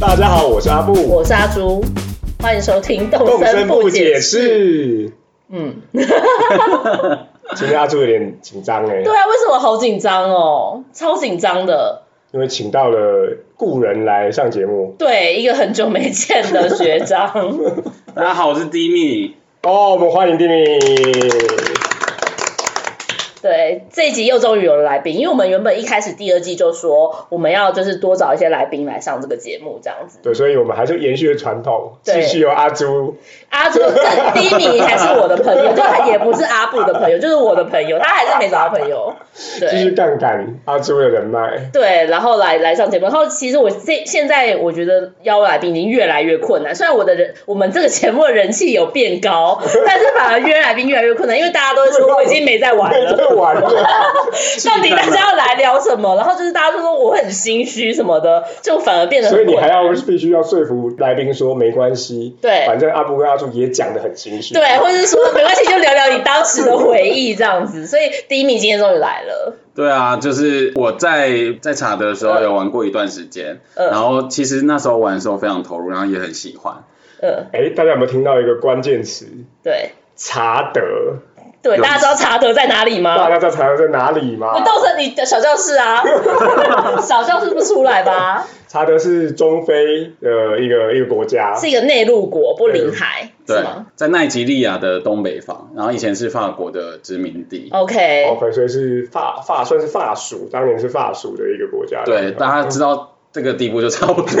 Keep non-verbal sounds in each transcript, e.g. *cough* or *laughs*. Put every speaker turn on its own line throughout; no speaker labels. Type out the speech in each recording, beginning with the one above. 大家好，我是阿布，
我是阿朱，欢迎收听《动
动
身
身
不
不
解
解
释》。
释。
嗯，
其实阿朱有点紧张哎
对，啊，为什么好紧张哦？超紧张的。
因为请到了故人来上节目。
对，一个很久没见的学长， *laughs*
大家好，我是 D 蜜。
哦，我们欢迎丁敏。
对，这一集又终于有了来宾，因为我们原本一开始第二季就说我们要就是多找一些来宾来上这个节目这样子。
对，所以我们还是延续了传统，
对
继续由阿朱。
阿朱这第一名还是我的朋友，就他也不是阿布的朋友，就是我的朋友，他还是没找到朋友。
继
对
续杠杆阿朱的人脉。
对，然后来来上节目，然后其实我这现在我觉得邀来宾已经越来越困难，虽然我的人我们这个节目的人气有
*laughs*
变高，但是反而约来宾越来越困难，因为大家都会说我已经没在玩
*laughs*
了。
这完了，啊
到底大家要来聊什么？然后就是大家都说我很心虚什么的，就反而变得
所
很
以你
困
还
难。
要必须要说服来宾说没关系，
对
反正阿布跟阿朱也讲的很清楚，
对，或者是说没关系，就聊聊你当时的回忆这样子。所以第一名今天终于来了，
对啊，就是我在在查的时候有玩过一段时间，
嗯
然后其实那时候玩的时候非常投入，然后也很喜欢。
嗯，
哎，大家有没有听到一个关键词？
对
查德，
对，
有
大家知道查德在哪里
大
吗？
家知道查德在哪里吗
我？到时候你的小教室
*laughs*
啊，小教室不出来吧？
查德是中非的一个一个国家，
是一个内陆国，不临海，是
对
吗，
在奈及利亚的东北方，然后以前是法国的殖民地。
哦？OK，
OK，所以是法法算是法属，当年是法属的一个国家。
对，大家知道这个地步就差不多。
*laughs*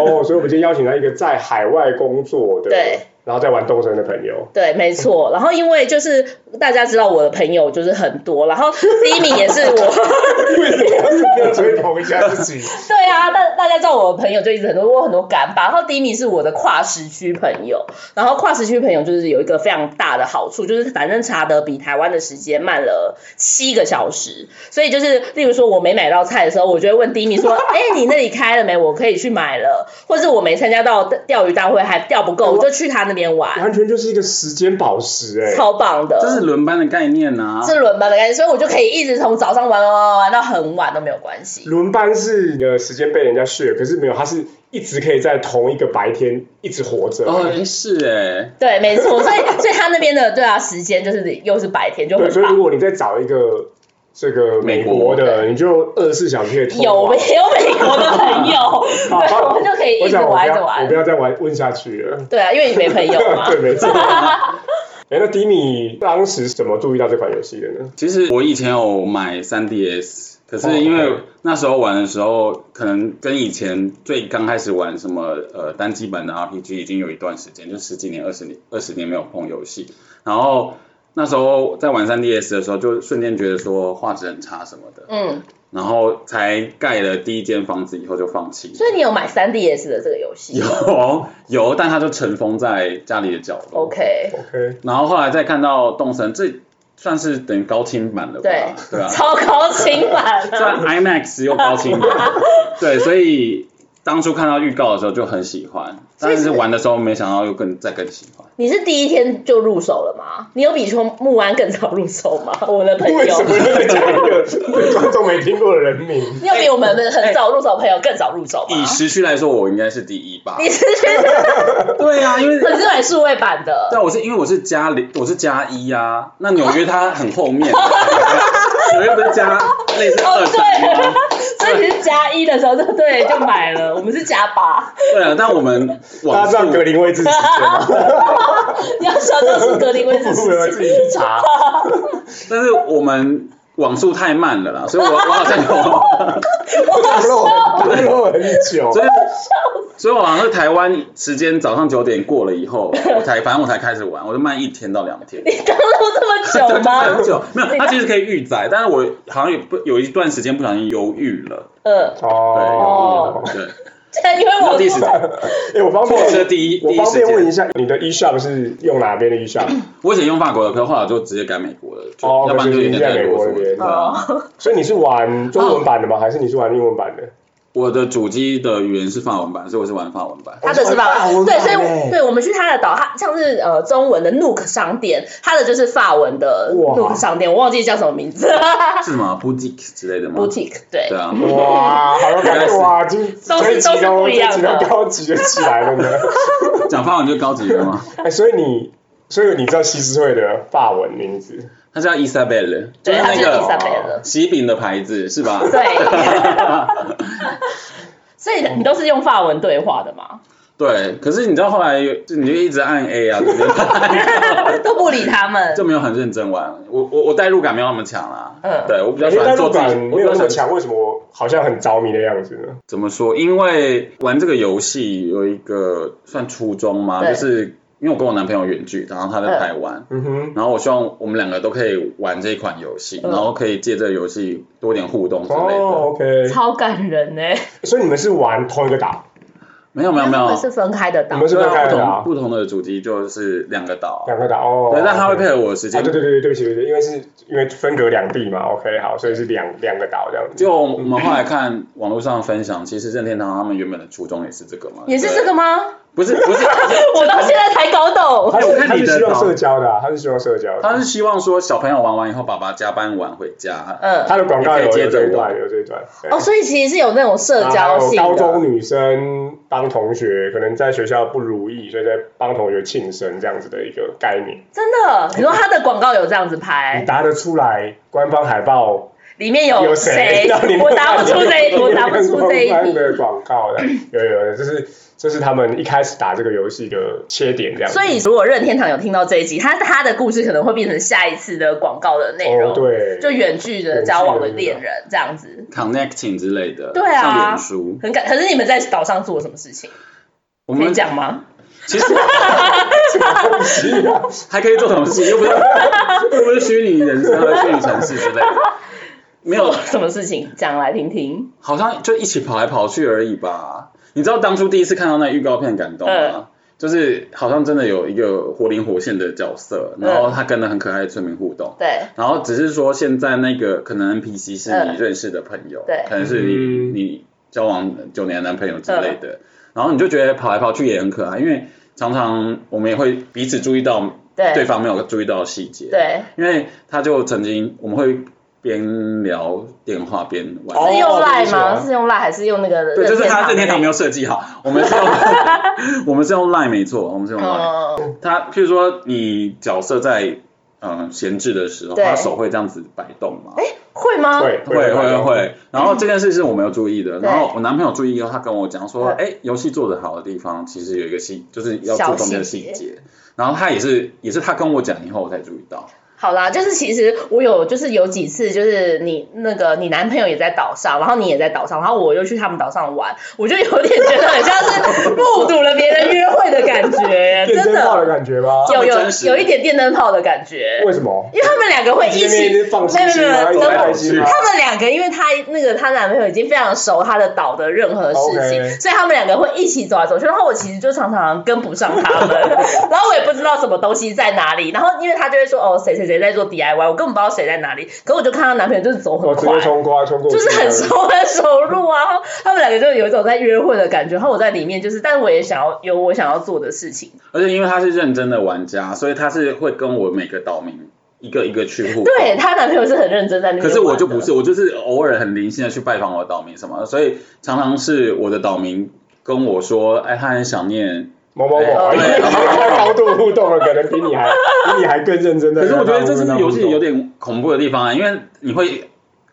哦，所以我们今天邀请到一个在海外工作的，
对，
然后在玩动身的朋
*laughs*
友，
对，没错。然后因为就是大家知道我的朋友就是很多，然后第一名也是我。
为什么要吹捧一下自
*laughs*
己？
对啊，大大家知道我的朋友就一直很多，我有很多干爸。然后第一名是我的跨时区朋友，然后跨时区朋友就是有一个非常大的好处，就是反正查得比台湾的时间慢了七个小时，所以就是例如说我没买到菜的时候，我就会问第一名说：“哎、你那里开了没？我可以去买了。” *laughs* 或者我没参加到钓鱼大会还钓不够，我就去他那边玩，
完全就是一个时间宝石哎、
超棒的。
这是轮班的概念啊。
是轮班的感觉，所以我就可以一直从早上玩玩玩玩玩到很晚都没有关系。
轮班是你的时间被人家削，可是没有，他是一直可以在同一个白天一直活着。
哦，诶是哎，
对，没错，所以所以他那边的对啊，时间就是又是白天，就
对，
很
所以如
棒。
果你再找一个这个美
美
国
国
的，你就二十四小时可以通
有
话
没有美国的朋友？对，我们就可以
我
一直
想我不
玩一直
要，我不
玩。
要再玩问下去了。
对啊，因为你没朋友
*laughs*
嘛
对，。没错。哎，那迪米当时怎么注意到这款游戏的呢？
其实我以前有买 3DS，可是因
哦
为
，OK
那时候玩的时候，可能跟以前最刚开始玩什么呃单机版的 RPG 已经有一段时间，就十几年、二十年、二十年没有碰游戏。然后那时候在玩 3DS 的时候，就瞬间觉得说画质很差什么的，
嗯，
然后才盖了第一间房子以后就放弃。
所以你有买 3DS 的这个游戏
有有，但它就尘封在家里的角
哦
落。
？OK，
？OK，
然后后来再看到动森，这算是等于高清版了吧？
对
对啊，
超高清版
*laughs* 虽然
啊。
IMAX 又高清 *laughs* 版，对，所以当初看到预告的时候就很喜欢，
所以
但
是
是玩的时候没想到又更再更喜欢。
你是第一天就入手了吗？你有比说木安更早入手吗？我的朋
为什
友，
么要再讲一个对观众没听过的人名？
你有比我们很早入手的朋友更早入手吗
*laughs* 以？时区来说，我应该是第一吧
你。是去
*laughs* 对啊，因为
可是买数位版的，
对，我是因为我是加零，我是加一啊。那纽约它很后 *laughs* 面，纽约不是加类似
哦
二等吗？
所以你是加一的时候就对就买了，我们是加八。
对啊，但我们
大
网
家知道
速
格林威治时间吗？
*laughs* 你要小就是格林威治
不能
时
自
间。
己去查。
但是我们网速太慢了啦，所以我我好像有。
大漏很大漏很久。
所以，所以我好像是台湾时间早上九点过了以后，我才反正我才开始玩，我就慢一天到两天。
*laughs* 你登录这么久吗
很？ *laughs* 久，没有，它其实可以预载，但是我好像有不有一段时间不小心犹豫了。
嗯，
哦，
对，
对，因为我哦
历史
哎，我方便
货车第一
我方
第一时
便
间
问一下，你的 eShop 是用哪边的 eShop？
我以前用法国的，可是后来我就直接改美国的，就
哦
要不然就有点
可是已
太
经在美
啰
国那
嗦
边
了。
哦，
所以你是玩中文版的吗？还是你是玩英文版的？
我的主机的语言是法文版，所以我是玩法文版。
他的是法
我
文，
是玩
对，
法
所
文版
以
欸
对我们去他的岛，他像是呃中文的 Nook 商店，他的就是法文的
哇
Nook 商店，我忘记叫什么名字
是什么 boutique 之类的吗？
，boutique 对
对。啊，
哇，好有感
*laughs*
觉哇，就这一集都
都是不一样的
这一集都高级就起来了呢。 *laughs*
讲法文就高级了吗？
哎，所以你，所以你知道西施惠的法文名字？
它叫 Isabelle，就
对
是
它
那
就是
个
Isabelle
喜饼的牌子是吧？
对 *laughs* 所以你都是用法文对话的嘛，
对，可是你知道后来就你就一直按 A 啊，对不对
都不理他们。
*laughs* 就没有很认真玩。我我我代入感没有那么强啦。
嗯
对我比较
我
喜
觉
欢
得
做
入
自己
感，
我
没
比
有
较
那
喜
么
欢
强，为什么我好像很着迷的样子呢？
怎么说？因为玩这个游戏有一个算初衷嘛，
对
就是因为我跟我男朋友远距，然后他在台湾，
嗯哼，
然后我希望我们两个都可以玩这一款游戏，
嗯
然后可以借这个游戏多点互动之类的。
哦，OK，
超感人哎、
所以你们是玩同一个岛，
没有没有没
他们
有，
是分开的岛
你，们是分开
不
的
同
啊，
不同的主机就是两个岛，
两个岛哦。
对，但他会
OK
配合我的时
啊，
间
对。对对对，对不起对不起，因为是因为分隔两地嘛，OK，好，所以是两两个岛这样子。
就我们后来看网络上分享，其实任天堂他们原本的初衷也是这个嘛，
也是这个吗？
对，不是不是，
*laughs*
我到现在才搞懂。
他
哎我
是
看
他
你
是
的
希望
岛
社交的啊，他是希望社交
他
的。
是希望说小朋友玩完以后，爸爸加班晚回家，
*laughs* 嗯，
他的广告有
你可以
有
接着
这一
玩
段，有这一段。对
哦，所以其实是有那种社交
然后还
性
有高
的。
中女生帮同学，可能在学校不如意，所以在帮同学庆生这样子的一个概念。
真的，你说他的广告有这样子拍
你，答得出来官方海报
里面
嗯有
谁？
*laughs* 让你
我答不出这一，我答不出这一
官方
题。
的广告的，有有有，这是这是他们一开始打这个游戏的切点这样子。
所以，如果任天堂有听到这一集，他他的故事可能会变成下一次的广告的内容，
哦对，
就远距的交往的恋人这样子，
connecting 之类的，
对啊
像脸书，
很感。可是你们在岛上做了什么事情？
我
可以
们
讲吗？
其实
东西啊，
还可以做什么事情，又不是又不是虚拟人生、虚拟城市之类的，没有
做，什么事情，讲来听听。
好像就一起跑来跑去而已吧。你知道当初第一次看到那预告片感动吗？
嗯
就是好像真的有一个活灵活现的角色，然后他跟了很可爱的村民互动。
对，
然后只是说现在那个可能 NPC 是你认识的朋友，
嗯对
可能是你、
嗯
你交往九年的男朋友之类
嗯
的，然后你就觉得跑来跑去也很可爱，因为常常我们也会彼此注意到
对
对方没有注意到的细节，，
对，
因为他就曾经我们会边聊电话边玩。
哦
是用
这
赖
个是
吗？
啊
是用赖还是用那个？
对，就是他任天堂没
有。
有设计好，我们
*laughs*
是用我们是用 Line 没错，我们是用 Line。
嗯，
他譬如说你角色在嗯闲置的时候，
对哎
他手会这样子摆动嘛？
会吗？
会
会会会，然后这件事是我没有注意的，
对
然后我男朋友注意以后，他跟我讲说，
嗯
哎，游戏做得好的地方，其实有一个细，就是要注重这个细
小细
节。然后他也是也是他跟我讲以后，我才注意到。
好啦，就是其实我有就是有几次，就是你那个你男朋友也在岛上，然后你也在岛上，然后我又去他们岛上玩，我就有点觉得很像是目睹了别人约会的
*laughs*
感觉，
电
真
灯泡的
的
感觉吗？
有有
这么真实
有一点电灯泡的感觉，
为什么？
因为他们两个会一
一直在那边一
起
直，放
没有没有没有
星星啊一直开心
等我
啊
他们两个，因为她那个她男朋友已经非常熟她的岛的任何事情
OK
所以他们两个会一起走来走去。然后我其实就常常跟不上
*laughs*
他们，然后我也不知道什么东西在哪里。然后因为他就会说哦谁谁谁在做 DIY，我根本不知道谁在哪里。可我就看她男朋友就是走很
我直
快
接。冲过来冲过去，
就是很熟很熟路啊，然后他们两个就有一种在约会的感觉，然后我在里面就是，但我也想要有我想要做的事情，
而且因为他是认真的玩家，所以他是会跟我每个岛民一个一个去互动。
对她男朋友是很认真在那边玩的，
可是我就不是，我就是偶尔很灵性的去拜访我的岛民什么的，所以常常是我的岛民跟我说，哎，他很想念。
某某某，
对
已经高度互动了，可能比你还比你还更认真的。
可是我觉得这是游戏有
点
点恐怖的地方啊，因为你会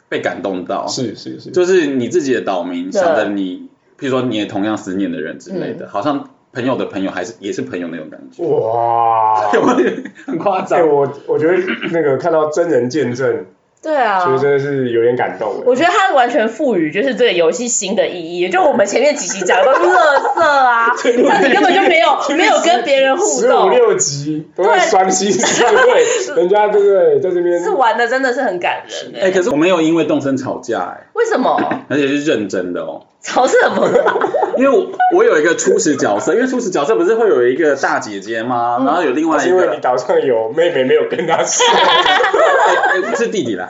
被感动到，
是是是，
就是你自己的岛民
对嗯
想着你，譬如说你也同样思念的人之类的，好像朋友的朋友还是也是朋友那种感觉，
哇！
*laughs* 有没有很夸张
哎，？我我觉得那个看到真人见证，
对啊，
其实真的是有点感动。哎
我觉得它完全赋予就是这个游戏新的意义，就我们前面几集讲的都是垃圾
*laughs*
啊，但你根本就没有没有跟别人互
十五
动，
六集都在双膝上跪，人家对不对，在这边
是玩的真的是很感人、欸。
哎、可是我没有因为动身吵架、哎，
为什么？
而且是认真的哦，
吵什么？
*laughs* 因为我我有一个初始角色，因为初始角色不是会有一个大姐姐吗？
嗯
然后有另外
是
一
因为你
个、
岛上有妹妹没有跟他说， *laughs*
哎哎是弟弟啦，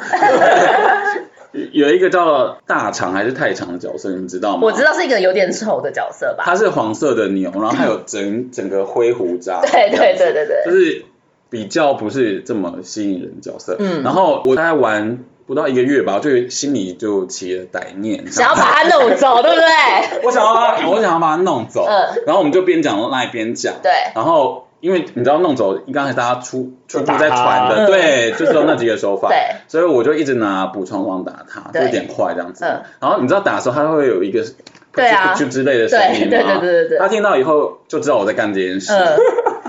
有一个叫大肠还是太肠的角色，你知道吗？
我知道是一个有点丑的角色吧？
它是黄色的牛，然后它有
*laughs*
整整个灰胡渣，
对对对对对
就是比较不是这么吸引人的角色。
嗯
然后我大概玩不到一个月吧，我就心里就起了歹念，
想要把它弄走，对不
*laughs*
对？
我想要把它我想要把它弄走，
嗯
然后我们就边讲那边讲，
对，
然后因为你知道弄走，刚才大家初
就
初步
打
在传
他嗯
的，对，就只有那几个手法，
对，
所以我就一直拿补充网打他，就
对
有点快这样子。
嗯
然后你知道打的时候，他会有一个
对啊
就之类的声音
对
吗？
对对对对对
他听到以后就知道我在干这件事，
嗯，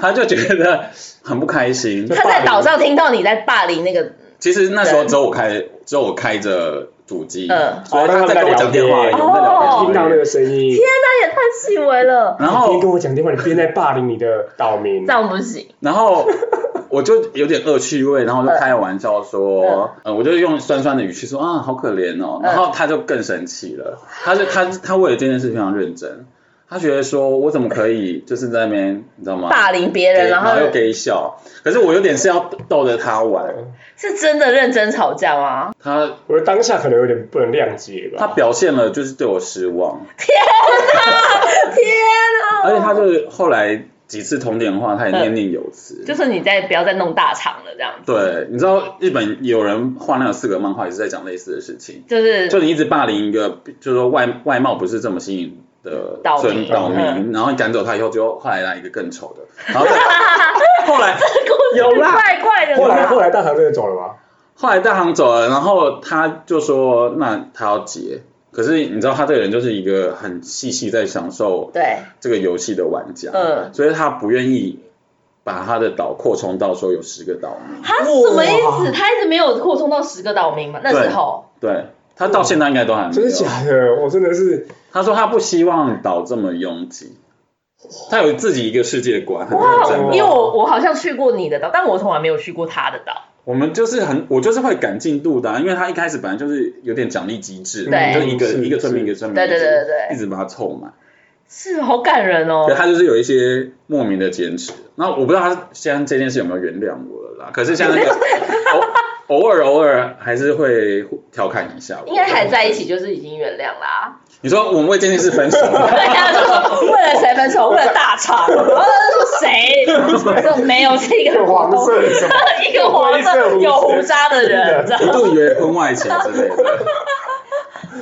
他就觉得很不开心。
他在岛上听到你在霸凌那个，
其实那时候只有我开，只有我开着主机，
嗯哦
所以他在跟我讲电
哦
话，有在聊天，
听到那个声音，
那也太细微了，
然
你边
后
跟我讲电话，你边在霸凌你的岛民
这。样不行。
然后我就有点恶趣味，然后我就开玩笑
*laughs*
说，呃，我就用酸酸的语气说啊，好可怜哦。
嗯
然后他就更生气了，他就他他为了这件事非常认真，他觉得说我怎么可以就是在那边你知道吗？
霸凌别人，
给
然
然
后
又给笑，可是我有点是要逗着他玩，
是真的认真吵架吗？
他
我当下可能有点不能谅解
他
吧。
表现了就是对我失望，
天啊！
而且他就是后来几次通电话，他也念念有词，
嗯就是你再不要再弄大肠了，这样子，
对，你知道日本有人画那个四格漫画也是在讲类似的事情。
就是
就你一直霸凌一个，就是说外外貌不是这么吸引的
岛民
村岛
嗯
民，然后你赶走他以后，就后来来一个更丑的，
*laughs*
然后再后来
有啦，
怪怪的
后来
啦。
后来大堂真的走了吗？
后来大航走了，然后他就说那他要结，可是你知道他这个人就是一个很细细在享受
对，
这个游戏的玩家，
嗯
所以他不愿意把他的岛扩充到说有十个岛民，
他什么意思？他一直没有扩充到十个岛民嘛？那时候
对他到现在应该都还没
真
有
的。假的？我真的是
他说他不希望岛这么拥挤，他有自己一个世界观，很认
哇
真
哦，
因为我我好像去过你的岛，但我从来没有去过他的岛。
我们就是很，我就是会赶进度的啊、因为他一开始本来就是有点奖励机制，
对
就一个
嗯是
一个村民一个村民，
对对对对对
一直把它凑满。
是好感人哦
可是。他就是有一些莫名的坚持，那我不知道他现在这件事有没有原谅我了啦。可是像
*laughs*
那个偶偶尔偶尔还是会调侃一下我，
应该还在一起，就是已经原谅
*laughs*
啦。
你说我们为这件事分手，
对啊，就是为了谁分手？为了大厂，然后说谁？这没有是一个
黄 *laughs* 色的什么？
一个黄色有胡渣的
*laughs*
人，
一度以为婚外情之类的。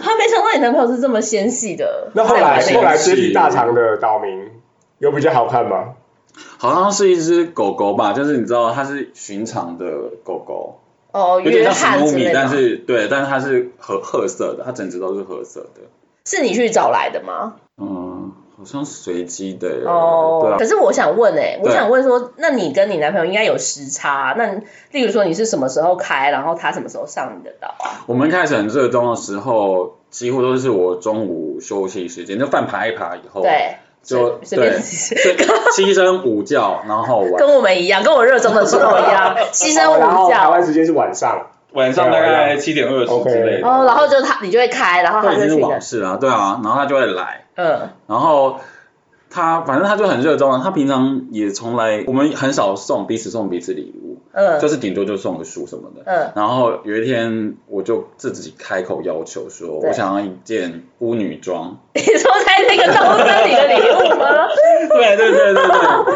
他没想到你男朋友是这么纤细的。
那后来
在
后
玩
来接替大堂的岛民有比较好看吗？
好像是一只狗狗吧，就是你知道它是寻常的狗狗，
哦，
有
约
点像史
翰
努
之
米
类，的
但
吗，
是对，但是它是褐褐色的，它整只都是褐色的。
是你去找来的吗？
嗯，好像是随机的耶。对
哦
啊，
可是我想问哎，我
对
想问说，那你跟你男朋友应该有时差，那例如说你是什么时候开，然后他什么时候上你的岛啊？
我们一开始很热衷的时候，几乎都是我中午休息时间，就饭爬一爬以后，，
对，
哦就
随随便
对就 *laughs* 牺牲午觉，然后晚
*laughs* 跟我们一样，跟我热衷的时候一样，牺牲
然
午
后台湾
觉。
时间是晚上，
*laughs* 晚上大概七点二十之类的。
哦，然后就他，你就会开，然后
都
他
已经
就是去
往
的，
事啊，对啊，然后他就会来。
嗯，
然后他反正他就很热衷啊，他平常也从来我们很少送彼此送彼此礼物，
嗯
就是顶多就送个书什么的。
嗯 *laughs*
然后有一天我就自己开口要求说，
对
我想要一件巫女装。
你说在那个东森里的礼物吗？ *laughs*
对对对对对。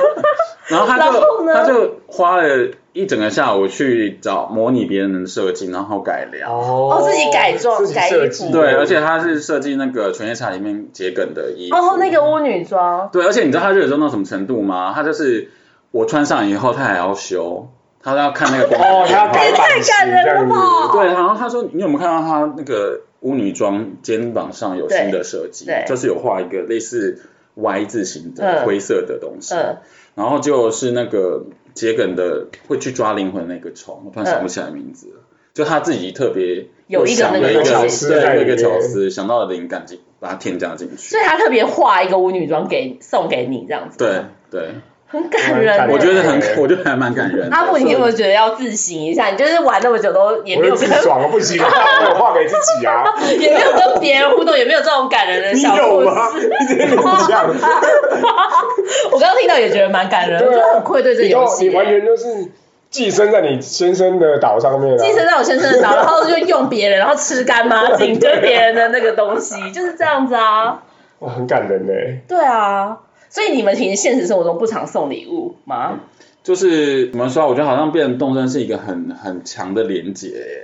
然后他
然后
就
呢
他就花了一整个下午去找模拟别人的设计，然后改良。
哦
哦自己改装
自己
改衣
设计哦
服
对，而且他是设计那个犬夜叉里面桔梗的衣服。
哦，那个巫女装，
对，而且你知道他热衷到什么程度吗？他就是我穿上以后，他还要修，他要看那个光
哦，他要改
太
版型
感人
这样
了吧
子。
对，然后他说，你有没有看到他那个巫女装肩膀上有新的设计
对对，
就是有画一个类似 Y 字形
嗯
的灰色的东西，
嗯，
然后就是那个桔梗的会去抓灵魂那个虫，我突然想不起来名字了，就他自己特别
嗯有一个
想
那
了
个
一个
巧
思在
对，有一
里
个巧
面
思，想到的灵感进把它添加进去
所，以他特别画一个巫女装给送给你这样子，
对，对，
很感人欸。
我觉得很
对，
我觉得还蛮感人的。
阿布，你有没有觉得要自省一下？你就是玩那么久都也
我
没有
就自
跟
己爽了，不行，我有画给自己啊。
*laughs* 也没有跟别人互动，也没有这种感人的
你
小
有
故 *laughs*
吗？
事。
你真的是这样？
我刚刚听到也觉得蛮感人，我
对啊
就很愧对这
你
游
都
戏
你完
欸。
全就是啊寄生在你先生的岛上面啊。
寄生在我先生的岛，然后就用别人，然后吃干
*laughs*
抹净，跟别人的那个东西，就是这样子啊。
哇，很感人呢。
对啊，所以你们其实现实生活中不常送礼物吗？
就是怎么说啊？我觉得好像变成动身是一个很很强的连结耶。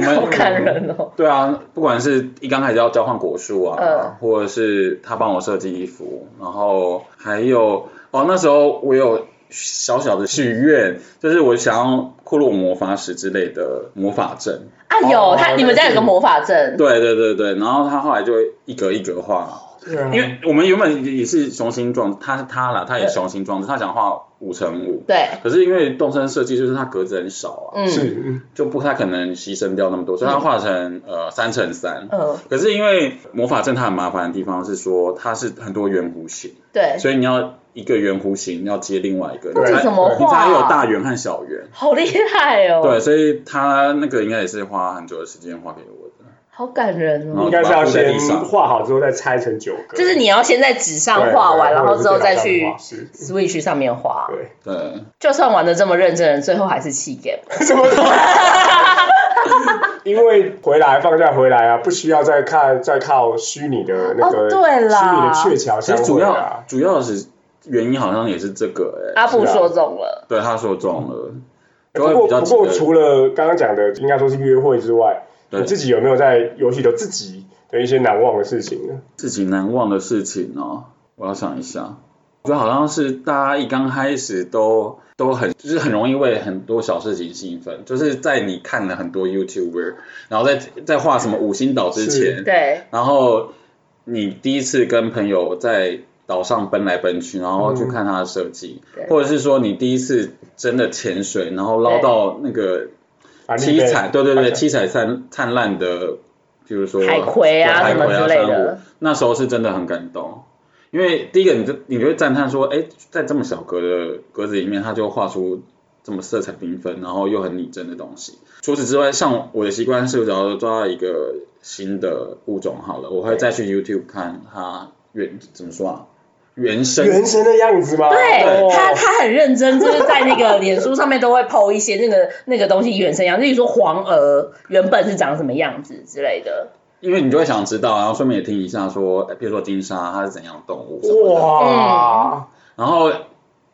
*laughs* 真的
们
好感人
嗯
哦。
对啊，不管是一刚开始要交换果蔬啊，
嗯
或者是他帮我设计衣服，然后还有哦，那时候我有小小的许愿，就是我想要库洛魔法使之类的魔法阵。
啊，有
哦
他，你们家有个魔法阵，
对对对对，然后他后来就一格一格画，
对啊
因为我们原本也是雄心壮，他他啦，他也雄心壮志，他想画五乘五。
对，
可是因为动身设计就是它格子很少啊，
嗯
是嗯
就不太可能牺牲掉那么多，所以它画成、呃三乘三。
嗯，
可是因为魔法阵它很麻烦的地方是说它是很多圆弧形，
对，
所以你要一个圆弧形要接另外一个，
那
这
你才
怎么
你
画
才有大圆和小圆。
好厉害哦，
对，，所以它那个应该也是花很久的时间画给我的。
好感人
然后
应
哦。
该是要先
把它铺在地上
画好之后再拆成九个。
就是你要先在纸上画完，
对
然后之后再去
或者是电脑上
Switch 上面画
画。是
对，
就算玩的这么认真最后还是弃 game。
对，什么？因为回来放假回来啊，不需要再看再靠虚拟的那个
哦对啦
虚拟的鹊桥
其
相
实主
会
要、
哦
啊。
主要是原因好像也是这个哎、
阿布啊说中了，
对他说中了，
不
就会比
过
较
不
值得
过除了刚刚讲的，应该说是约会之外，
对
你自己有没有在游戏里有自己的一些难忘的事情呢？
自己难忘的事情哦，我要想一下。我觉得好像是大家一刚开始都都很就是很容易为很多小事情兴奋，就是在你看了很多 YouTuber，然后在在画什么五星岛之前，
对，
然后你第一次跟朋友在岛上奔来奔去，然后去看他的设计，
对
或者是说你第一次真的潜水，然后捞到那个
啊你
七
被
彩，对对
发
对，
现
七彩灿灿烂的，比如说
海葵啊
对海葵
什么
啊
之类的
珊瑚那时候是真的很感动，因为第一个你就你就会赞叹说，哎，在这么小格的格子里面，它就画出这么色彩缤纷，然后又很拟真的东西。除此之外，像我的习惯是，我只要抓到一个新的物种好了，我会再去 YouTube 看它原怎么说啊，原生
原神的样子吗？
对
哦
他，他很认真，就是在那个脸书上面都会 PO 一些那个那个东西原生样，例如说黄鹅原本是长什么样子之类的。
因为你就会想知道，然后顺便也听一下说，诶比如说金鲨它是怎样的动物什么的。
嗯
哇，
然后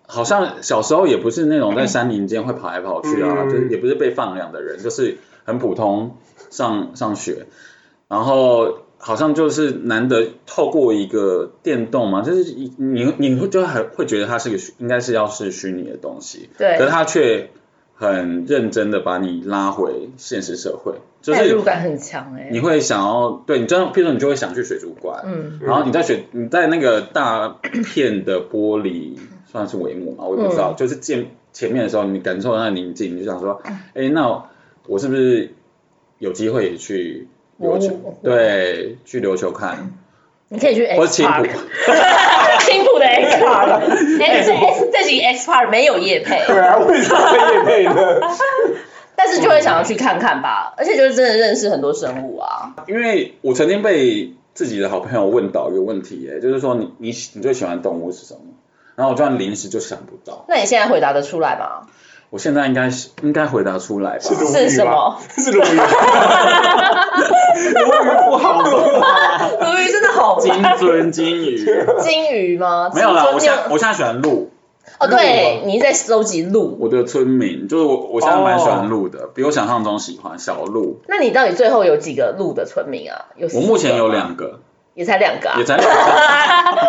好像小时候也不是那种在山林间会跑来跑去啊，
嗯
就是也不是被放养的人，就是很普通上上学，然后好像就是难得透过一个电动嘛，就是你你你会就很会觉得它是个虚应该是要是虚拟的东西，
对
可是它却很认真的把你拉回现实社会，就
代
是
入感很强哎、
你会想要对你真的，譬如说你就会想去水族馆，
嗯，
然后你在雪，你在那个大片的玻璃算是帷幕嘛，我也不知道，就是见前面的时候，你感受到那宁静，你就想说，哎，那我是不是有机会也去琉
哦
球？对，去琉球看，
你可以去
或
X
是青浦
Park，青浦的 X
*laughs*
Park，哎、这 X 这集 X Park 没有夜配，
对啊，为什么被夜配呢？ *laughs*
但是就会想要去看看吧，而且就是真的认识很多生物啊。
因为我曾经被自己的好朋友问到一个问题，哎，就是说你你你最喜欢动物是什么？然后我突然临时就想不到，
那你现在回答得出来吗？
我现在应该是应该回答出来吧？
鲈鱼
是什
吗
么？
是鲈
*laughs*
鱼吗，鲈鱼不好吗？
鲈鱼真的好
金
烦，
尊金鱼
金鱼吗？
没有啦，我
金
现
针
在我现在喜欢鹿。
哦，
鹿
对，你在收集鹿，
我的村民，就是我，我现在蛮喜欢鹿的，比我想象中喜欢小鹿。
那你到底最后有几个鹿的村民啊？有四
我
个
目前有
吗，
两个，
也才两个啊
也。才两个。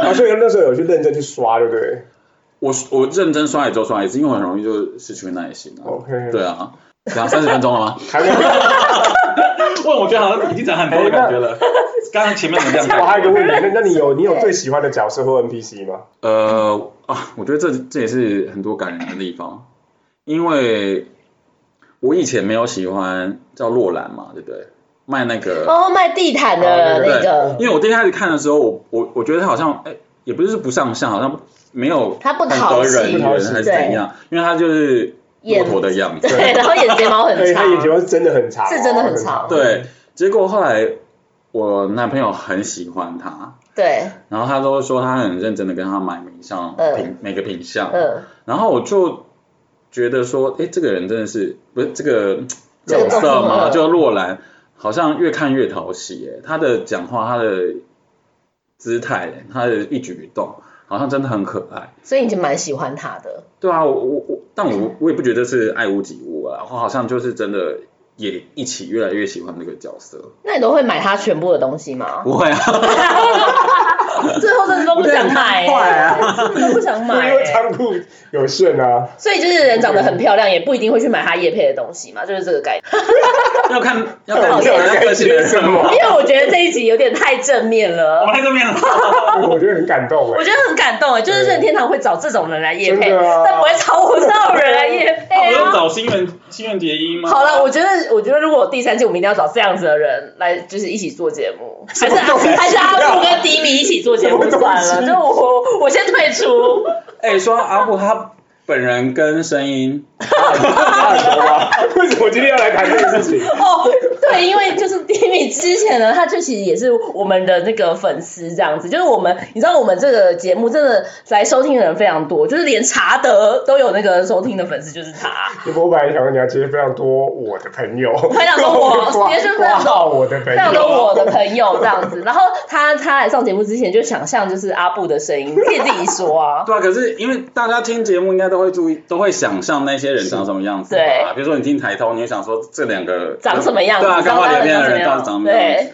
啊，所以那时候有去认真去刷，对不对
*laughs* 我我认真刷也就刷一次，因为我很容易就失去耐心啊。
？OK，
对啊，讲三十分钟了 *laughs* 吗？
还没有。
问我觉得好像已经讲很多的感觉 *laughs* 了。刚刚前面能这样
*laughs* 我还有一个
讲。
问题，那那你有你有最喜欢的角色或 NPC 吗？
呃啊，我觉得这这也是很多感人的地方，因为我以前没有喜欢叫洛兰嘛，对不对？卖那个
哦，卖地毯的
哦
那
对
个，
因为我第一开始看的时候，我我我觉得他好像哎、也不是不上相，好像没有
他不
很
讨
得
喜
人
不讨
缘
喜
还是怎样，因为他就是骆
眼
驼的样子。
对，然后眼睫毛很
对，他
长，
眼睫毛是真的很长哦，
是真的很长
啊对，结果后来我男朋友很喜欢他，
对，
然后他都说他很认真的跟他买每一项
嗯
品、每个品项，
嗯，
然后我就觉得说，哎，这个人真的是不是这个
这
角
个
色
动作
嘛？就洛兰，好像越看越讨喜，哎，他的讲话，他的姿态，他的一举一动，好像真的很可爱。
所以你就蛮喜欢他的。
对啊，我我我，但我我也不觉得是爱屋及乌啊，我好像就是真的也一起越来越喜欢这个角色。
那你都会买他全部的东西吗？*laughs*
*laughs* 不会啊，
最后真的都不想买、
我觉得很坏
欸，
啊
真的都不想买、
因为
欸。
仓库有剩啊，
所以就是人长得很漂亮，也不一定会去买他叶配的东西嘛，就是这个概念。
要看要
好
看
像
人家个性的人
什么
因为我觉得这一集有点太正面
我
了，
们太
*laughs*
正面了。
我觉得很感动哎、
我觉得很感动哎、就是任天堂会找这种人来叶配，
真的啊
但不会找我这种人来叶
我
配
要
啊。
找新垣新垣结衣吗？
好了，我觉得，我觉得如果有第三季，我们一定要找这样子的人来，就是一起做节目，还是阿还是阿布跟迪米一起做节目
什么东
算
西
了，就我我先退出。
*laughs* 哎、说到阿布他本人跟声音，
*laughs* 为什么今天要来谈这个事情？
哦，对，因为就是 d i m i 之前呢，他就其实也是我们的那个粉丝这样子，就是我们，你知道我们这个节目真的来收听的人非常多，就是连查德都有那个收听的粉丝，就是
*laughs*
他。
我本来想说你要接非常多我的朋友，我
非常多我
*laughs* 挂
也是非
挂
常多
号我的朋
非常
友，
多我的朋友这样子，然后他他来上节目之前就想象就是阿布的声音，你可以自己说啊。
*laughs* 对啊，可是因为大家听节目应该都会注意，都会想象那些人长什么样子吧
对
比如说你听台通，你会想说这两个
长什么样子
对啊，
长
干
什么
话
样
连
长
篇的
什么
人到
样
底长什么样子？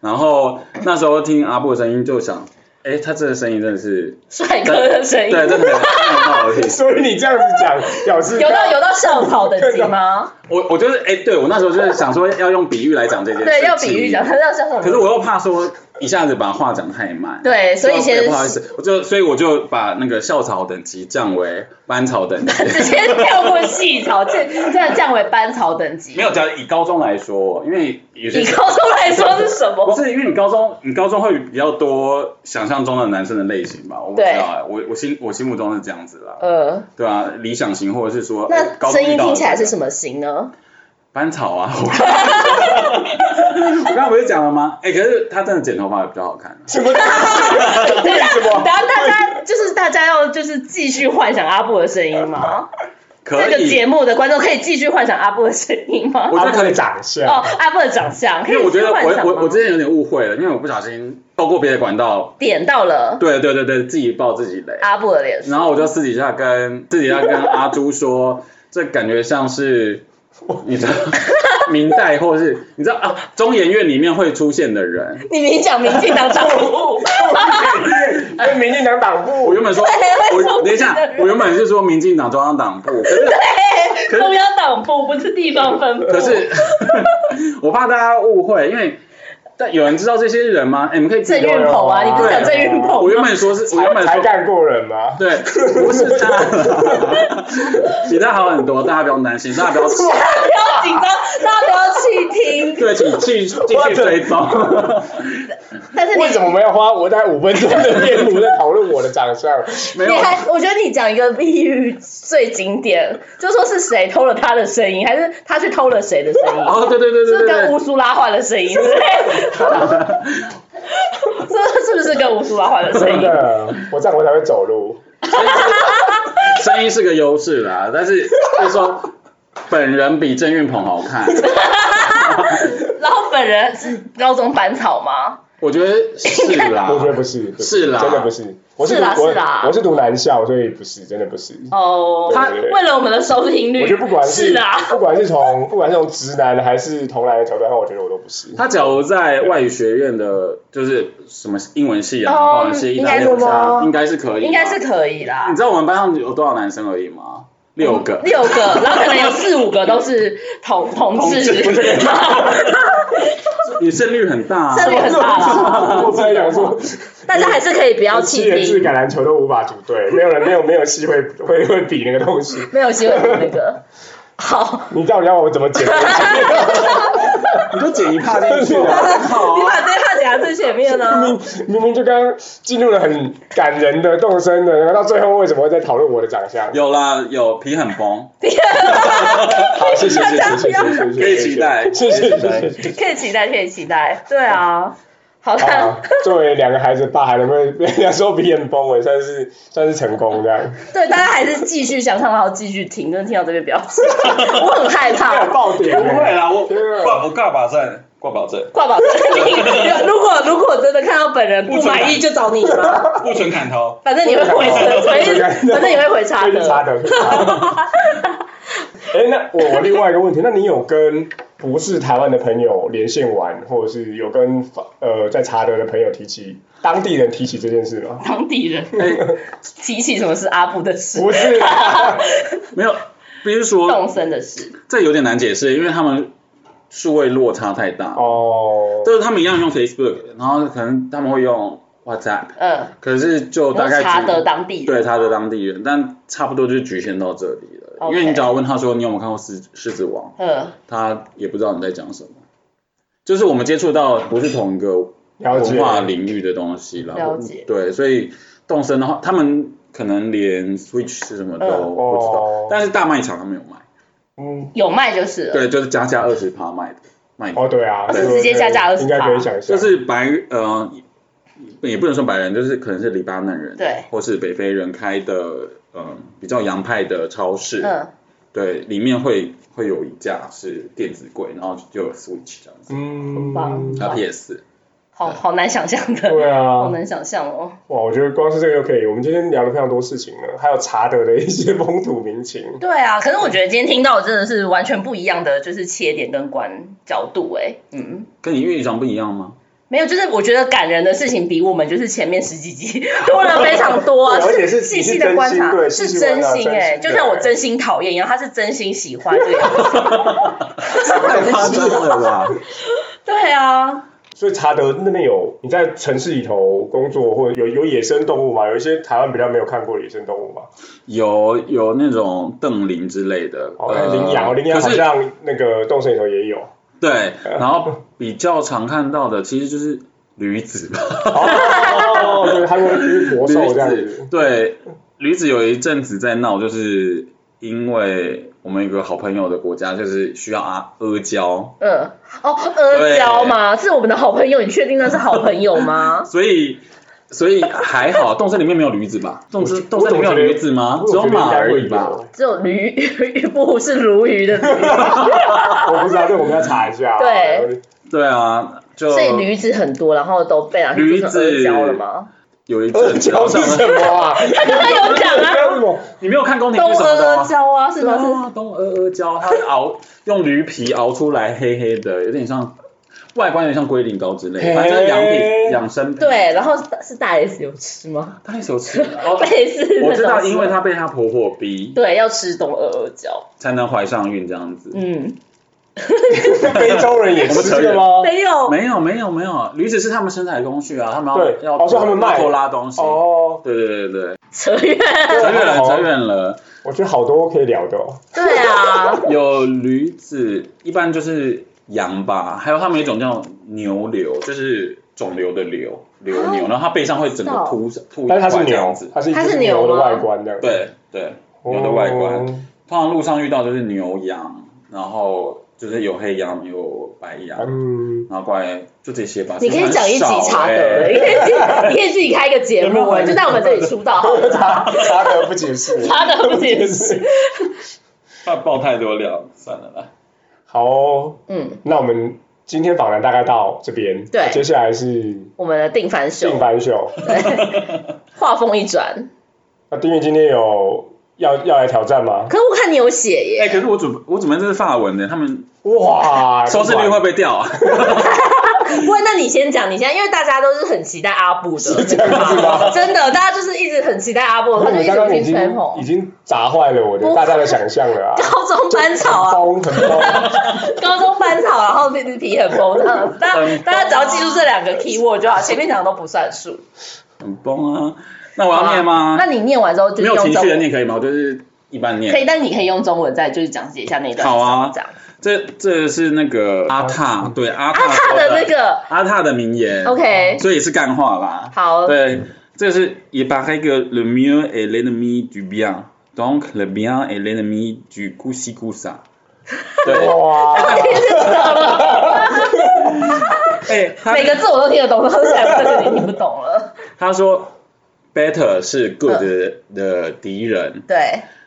然后那时候听阿布的声音就想，哎、他这个声音真的 *laughs* 是，
帅哥的声音，
对，真的很好听。
所以你这样子讲，表示
有到有到校草等级吗？
我我就是哎、对我那时候就是想说要用比喻来讲这件事情，
对，要比喻讲，他要校草。
可是我又怕说一下子把话讲太慢，
对，所以先
不好意思，我就所以我就把那个校草等级降为班草
*laughs*
等级，
直接跳过细草，这这样降为班草等级。
没有，假如以高中来说，因为有些
以高中来说是什
不
么？
是因为你高中，你高中会比较多想象中的男生的类型吧？我不知
对
道啊，我我心我心目中是这样子啦，
*laughs* 呃，
对啊，理想型或者是说，哎
那
高中
声音
遇到的
听起来是
这个
什么型呢？
班
*laughs*
草啊，我我刚刚不是讲了吗？哎，可是他真的剪头发比较好看啊，
什么东
*laughs*
西？为什
哦等
么？
下大家就是大家要就是继续幻想阿布的声音吗？
可
这个
以
节，目的观众可以继续幻想阿布的声音吗？
我
他
觉得
们
可
的
以
长相，
哦，阿布的长相，可
因为
以
我
继
觉
续
得
幻想吗
我我我之前有点误会了，因为我不小心透过别的管道，
点到了
对对对对，自己爆自己雷。
阿布的脸书，
然后我就私底下跟私底下跟阿朱说，这感觉像是你知道明代或是你知道啊中研院里面会出现的人。
你明讲民进党党部，
*laughs*
跟哎民进党党
我
部
原本说，
对会出现的人
我等一下，我原本是说民进党中央党部，
*laughs*
可是可
中央党部不是地方分部，
可是 *laughs* 我怕大家误会，因为但有人知道这些人吗？哎，你们可以自
郑
己
运鹏啊，
有有有
你不是讲郑运鹏
我原
吗？
本说是，我原本
才
说
干过人吗？
对，不是他 *laughs* 啦，比他好很多，大家不用担心，大家不
*laughs*
要气，
不要紧张，大家不要气听。
对，请继续继续追踪。 *laughs*
但是你
*laughs* 为什么我们要花我大概五分钟的面目在讨论我的长
*laughs*
相？
没
你
有，
还，我觉得你讲一个比喻最经典，就说是谁偷了他的声音，还是他去偷了谁的声音？
哦，对对对
是不是
对
跟
对
乌苏拉换了声音，是 *laughs* 不是？这是不是跟乌苏拉换了声
真
音？
的，我这样我才会走路。
对， *laughs* 声音是个优势啦，但是就是说本人比郑运鹏好看，
然后本人是高中班草吗？
我觉得是啦
我，觉得不是，不
啊是啦
真的不是。我
是
读
啦是啦
我我是读男校，所以不是，真的不是。
哦，
对
他
对对
为了我们的收听率，
我觉得不管
是啊，
不管是从不管是从直男还是同男的角度来看，我觉得我都不是。
*laughs*
他假如在外语学院的，就是什么英文系啊、
哦
法文系、意大利文系
应该是
啊，
吗
应该是可以，
应该是。可以嗯啦。
你知道我们班上有多少男生而已吗？六个。
六个，然后可能有四五个都是同同志，
同志
*laughs* 大
你胜率很大、啊，
胜率很大
*laughs*
啦
我本来想说，
家还是可以不要气
七人制
听，
橄榄球都无法组队，没有人没有没有戏会会会比那个东西。
没有机会那个。好，
你到底要我怎么解释？
*laughs*
你就减一帕进去了，很好
你
啊。
把这话讲到最前面呢。
明明就刚刚进入了很感人的动身的，然后到最后为什么会在讨论我的长相？
有啦，有皮很崩，
好，谢谢谢谢谢谢谢谢，
可以期待，
谢谢
可以期
谢
待
谢谢谢。
可以期待，可以期待，对啊。好啦，
啊，作为两个孩子的爸，还能 *laughs* 被被人家说鼻眼崩，我也算是算是成功这样。
对，大家还是继续想唱，然后继续听，真的听到这边不要笑，我很害
还
怕
有。爆点
不
呢，
会啦，我
天啊
挂我挂保证，挂保证，
挂保证，你 *laughs* 如果如果真的看到本人不满意，就找你吗？
*laughs* 不准砍头。
反正你会回，反正反正你会回差
对是差
的。
的。
*laughs*
哎、那我我另外一个问题，那你有跟不是台湾的朋友连线玩，或者是有跟法呃在查德的朋友提起当地人提起这件事吗？
当地人
哎，
提起什么是阿布的事，
不
*laughs*
是啊，
没有，比如说
动身的事，
这有点难解释，因为他们数位落差太大。
哦，
就是他们一样用 Facebook，然后可能他们会用 WhatsApp，
嗯，
可是就大概
查
只
德当地人
对他的当地人，但差不多就局限到这里了。
OK
因为你只要问他说你有没有看过狮《狮子王
嗯》，，
他也不知道你在讲什么。就是我们接触到不是同一个
了解
文。化领域的东西啦，
了解
对，所以动身的话，他们可能连 Switch 是什么都不知
嗯
道，
哦
但是大卖场他们有卖，
嗯，
有卖就是了。
对，就是加价二十趴卖的，卖的
哦对啊，
是直接加价
应该
20%
可以想象，
就是白呃，也不能说白人，就是可能是黎巴嫩人，
对，
或是北非人开的呃比较洋派的超市，
嗯，
对，里面会会有一架是电子柜，然后就有 Switch 这样子，
嗯，
棒
还有 PS，
好好难想象的，
*laughs* 对
好
啊，
难想象哦。
哇，我觉得光是这个就可以，我们今天聊了非常多事情呢，还有查德的一些风土民情。
对啊，可是我觉得今天听到的真的是完全不一样的，就是切点跟观角度、哎，嗯。
跟你预想不一样吗？
没有，就是我觉得感人的事情比我们就是前面十几集 *laughs* 多了非常多啊，
对而且是
细细的观察，
是真心对
是
细细观
真
察
心
真
哎、
心
就像我
对
真心讨厌一样，他是真心喜欢这个，
*laughs*
太夸张了吧！
对啊，
所以查德那边有你在城市里头工作，或者有有野生动物吗？有一些台湾比较没有看过的野生动物吗？
有有那种邓林之类的，
哦，羚羊，羚羊好
呃可是
像那个动森里头也
*laughs*
有。
对，然后比较常看到的其实就是驴子吧。 *laughs*
哦，对，他们就是国
驴
兽这样
子
子。
对，驴子有一阵子在闹，就是因为我们有个好朋友的国家，就是需要阿阿胶，？
嗯，哦，阿胶嘛，是我们的好朋友，你确定那是好朋友
*laughs*
吗
所以所以还好，动森里面没有驴子吧？动森动
我
森里面有
我怎么觉得
驴子吗？
我
只
觉得
有马
应该
而
会
已吧？
有？
只有驴，不是鲈鱼的鲈，
我不知道，这我们要查一下。啊
对，
对啊，就
所以驴子很多，然后都被拿去做成阿胶了吗？
有一
阿
*laughs*
阵子
胶
好
是
像，
什么
*laughs*
啊？
他刚刚有讲啊，
为什么？
你没有看宫廷剧
东
什么的哦
阿
吗？
胶啊，是
对
吗？是
啊，东阿阿胶，它熬用驴皮熬出来黑黑的，有 *laughs* 点像外观有点像龟苓膏之类的，反正就是养
嘿
品养生品。
对，然后是是大 S 有吃吗？
太手吃
*laughs*
了。哦
*laughs* 类似那种
我知道，
是
因为
吗
她被她婆婆逼
对要吃东阿阿胶，
才能怀上孕这样子。
嗯，
非洲人也吃这个吗？
没有，
没有没有没有，驴子是他们生产工具啊，他们
对
要要
哦所以他们卖
拖拉东西。
哦，
对对对对，
扯远。
扯远了
哦
扯远了。
我觉得好多可以聊的哦。
对啊，
有驴子，一般就是羊吧，还有他们有一种叫牛瘤，就是肿瘤的瘤，瘤
啊
牛，然后它背上会整个
是哦
凸凸一
但
块
是它是
这样
牛
子，。
它是一
它是
只
牛
牛的
吗
外观这样。
对对，牛的外
哦。
观。通常路上遇到就是牛羊，然后就是有黑羊有白羊， *laughs*
嗯，
然后过来就这些吧。
你可以讲一集查德了，
的
你可以自己你可以自己开一个节目哎，就在我们这里出道好了啦。
查德不解释。
查德不解
*laughs*
释。
怕爆太多料，算了啦。
好哦，
嗯，
那我们今天访谈大概到这边，
对
接下来是
我们的定番
定
秀，
番秀。
话锋一转，
那丁月今天有要要来挑战吗？
可是我看你有写
哎、
耶，
可是我准我准备这是法文的，他们
哇，
收视率会不
*laughs*
会掉啊？
不会，那你先讲，你现在因为大家都是很期待阿布的，
这样子吗？
*laughs* 真的，大家就是一直很期待阿布，
因
他
为
就
你
一
刚
直
刚
听
已经
吹
已
捧，
经砸坏了我的
不
大家的想象了啊！
高中班草啊，
*laughs* 很崩很崩，
高中班草，啊然后皮皮很
*laughs*
崩这样子，大家
啊
大家只要记住这两个 key word 就好，前面讲的都不算数。
很崩啊！那我要念吗？
那你念完之后就
没
是
有
用
情
中
绪的啊
文，
念可以吗？我就是一般
可
念。
以，但你可以用中文再就是讲解一下那一段。
好啊
这样。
这这是那个阿塔，对阿
阿
塔
塔
说
的那个
阿塔的名言
，OK，
所以是干话啦。
好，
对，这是 il paraît que le mieux est l'ennemi du bien, donc le bien est l'ennemi du coup si coup ça。对，
*laughs*
哇，
哎、
*laughs*
他
每个字我都听得懂，合起来我真的听不懂了。
他说 better 是
嗯
good 的敌人，
对，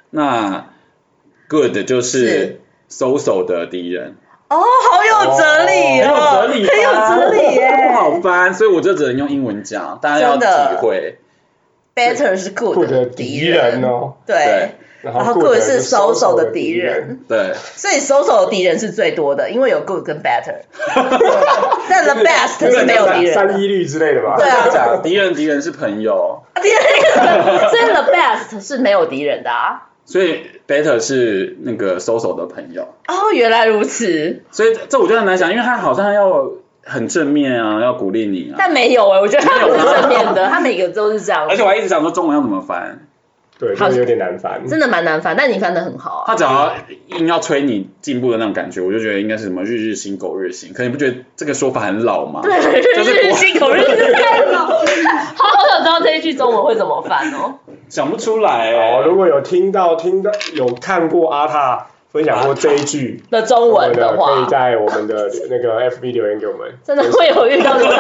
那 good 就是是 so so 的敌人，
哦，好有哲理
很有
哦，
哲理吧，
很有哲理耶
不。好翻，所以我就只能用英文讲，大家要
真的
体会。
Better 是 good
不得
的
敌人，哦，
对
对，
然
然
后
后 good
人
是
收
social 的
的
敌人，，
对，
所以 social 的敌人是最多的，因为有 good 跟 better，但 the best
就是
是没有敌人的
三。一律之类的吧？
对啊
大家讲敌人敌人是朋友，
敌人， *laughs* 所以 the best 是没有敌人的啊。
所以 better 是那个 so so 的朋友，
哦，原来如此，
所以这我就很难讲，因为他好像要很正面啊，要鼓励你啊。
但没有哎、我觉得他不
没有
是
啊
正面的，他每个都是这样，
而且我还一直想说中文要怎么翻，
对，就是有点难烦。
真的蛮难翻，但你翻的很好啊。
他只要硬要催你进步的那种感觉，我就觉得应该是什么日日新狗日新，可你不觉得这个说法很老吗？
对，日
就是
*laughs* 日
国
新口日日太老， *laughs* 好好想知道这一句中文会怎么翻哦。
想不出来
哦，
哦。
如果有听到、听到、有看过阿塔分享过这一句
的中文的
可以
话，
在我们的那个 FB 留言给我们。
真的会有遇到这种，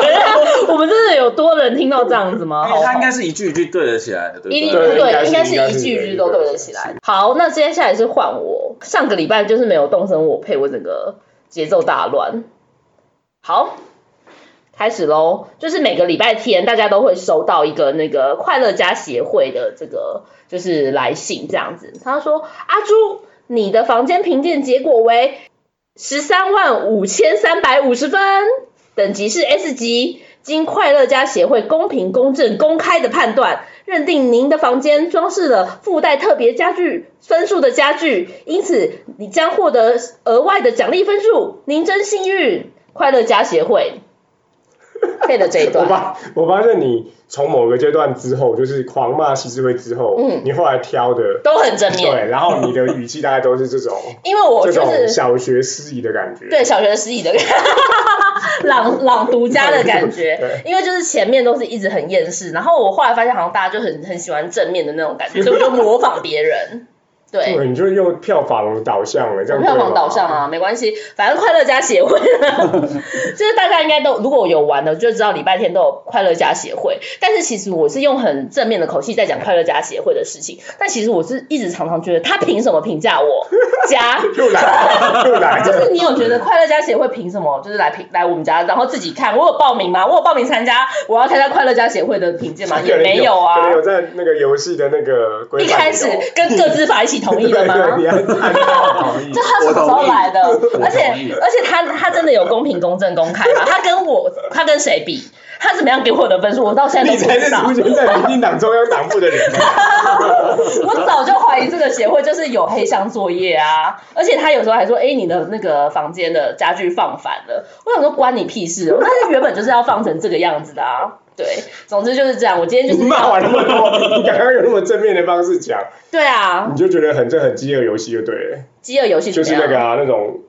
我们真的有多人听到这样子吗？
因
好
为
好
哎他应该是一句一句对得起来的，对
一定
不
对应该
对，
是
应该是
应该
一
是
句一句
对
都
对
对
对
得起来。好，那接下来是换我。上个礼拜就是没有动身我配，我整个节奏大乱。好，开始喽。就是每个礼拜天大家都会收到一个那个快乐家协会的这个就是来信这样子。他说：“阿朱，你的房间评鉴结果为十三万五千三百五十分，等级是 S 级。”经快乐家协会公平、公正、公开的判断，认定您的房间装饰了附带特别家具分数的家具，因此你将获得额外的奖励分数。您真幸运！快乐家协会配了这一
我
段，
发我发现你从某个阶段之后，就是狂骂习智慧之后，
嗯
你后来挑的，
都很正面，
对，然后你的语气大概都是这种，
因为我
这
*laughs* 就
种
是
小学司仪的感觉。
对小学失忆的 *laughs* 朗朗读家的感觉
*laughs* 对，
因为就是前面都是一直很厌世，然后我后来发现好像大家就很很喜欢正面的那种感觉，所以我就模仿别人，对。
对，你就用票房导向了，这样对
票
吗
房
*laughs*
导向。啊，没关系，反正快乐家协会，啊就是大家应该都如果有玩的就知道礼拜天都有快乐家协会，但是其实我是用很正面的口气在讲快乐家协会的事情，但其实我是一直常常觉得他凭什么评价我家？
又来了，又来
就
了。
是啊你有觉得快乐家协会凭什么就是来评来我们家，然后自己看我有报名吗？我有报名参加，我要参加快乐家协会的
*laughs*
评 *laughs* 鉴吗？也没有
可能
啊
有，在那个游戏的那个规
一
范里
开始
头
跟各自法一起同意
*laughs*
的
对
吗
对？你
*laughs*
还看到同意
就他什么时候来的
*laughs* 我同？意
而且
我同意
而且他他真的有公平、公正、公开吗？他跟我他跟谁比？他怎么样给我的分数？我到现在
你
都不
才
知
是
道
出。现在民进党中央党部的
*laughs*
人。
我早就怀疑这个协会就是有黑箱作业啊！而且他有时候还说：“哎、你的那个房间的家具放反了。”我想说关你屁事哦！但是原本就是要放成这个样子的啊。对，总之就是这样。我今天就
你
是
骂
要
完那么多，你刚刚有那么正面的方式讲，
对啊，
你就觉得很这很饥饿游戏就对了，
饥饿游戏怎
就
么
是
样
那个啊那种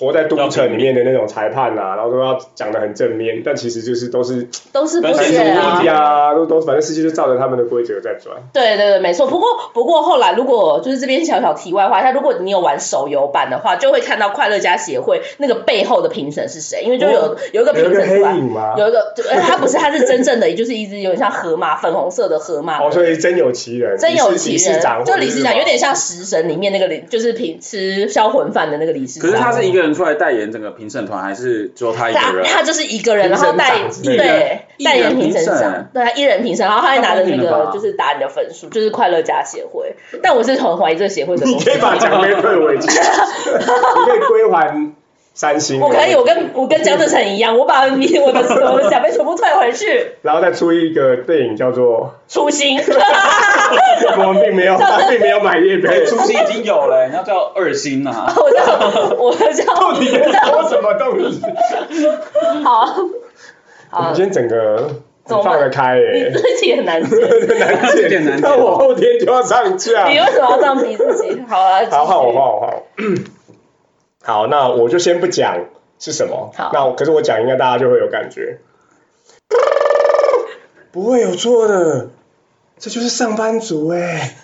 活在都城里面的那种裁判啊，然后都要讲的很正面，但其实就是都是
都是不
本来
反
是
屑
对
啊
正。呀，都都反正世界就照着他们的规则在转。
对对对，没错。不过不过后来，如果就是这边小小题外话，他如果你有玩手游版的话，就会看到快乐家协会那个背后的评审是谁，因为就有有一个
哦有
评
一个
审
黑
出来。
影吗？
有一个，就呃他不是，他是真正的，就是一只有点像河马，粉红色的河马，
哦，所以真有其人，
真有
理事
其
理事
人
长，
就
或者
李
是
市
什
长
么
有点像食神里面那个李，就是平吃销魂饭的那个李市
可
长。
是他是一个人出来代言整个评审团，还是只有他一
他
个
啊
人？
啊他就是一个人，然后带
评审
长
对
一人
带
一人
人评审
评审
长，对啊，一人评审，然后他还拿着那
那公平
个
了吧
就是打你的分数，就是快乐家协会。但我是很怀疑这个协会
*laughs*
的
你
东
可
西。
以把奖杯退回去，
*laughs*
你可以归还三星。
我可以，我跟我跟江志成一样，我把你我的我的奖杯全部退回去，
然后再出一个电影叫做
初
*laughs*
心。
《我们并
*laughs*
没有，并没有买夜杯
对，》，初心已经有了， *laughs* 你要叫二星啊。
我叫我叫
到底在说什么东西？
好
我们
好，
今天整个
怎么
很放得开
你
耶，
自己很难接，
*laughs* 很难
有点
剪。
难剪
那我后天就要上架。
你为什么要这样逼自己？好啊，继续
好好，我好我好。好，那我就先不讲是什么
好。
那我可是我讲，应该大家就会有感觉。不欸会有错的，这就是上班族哎、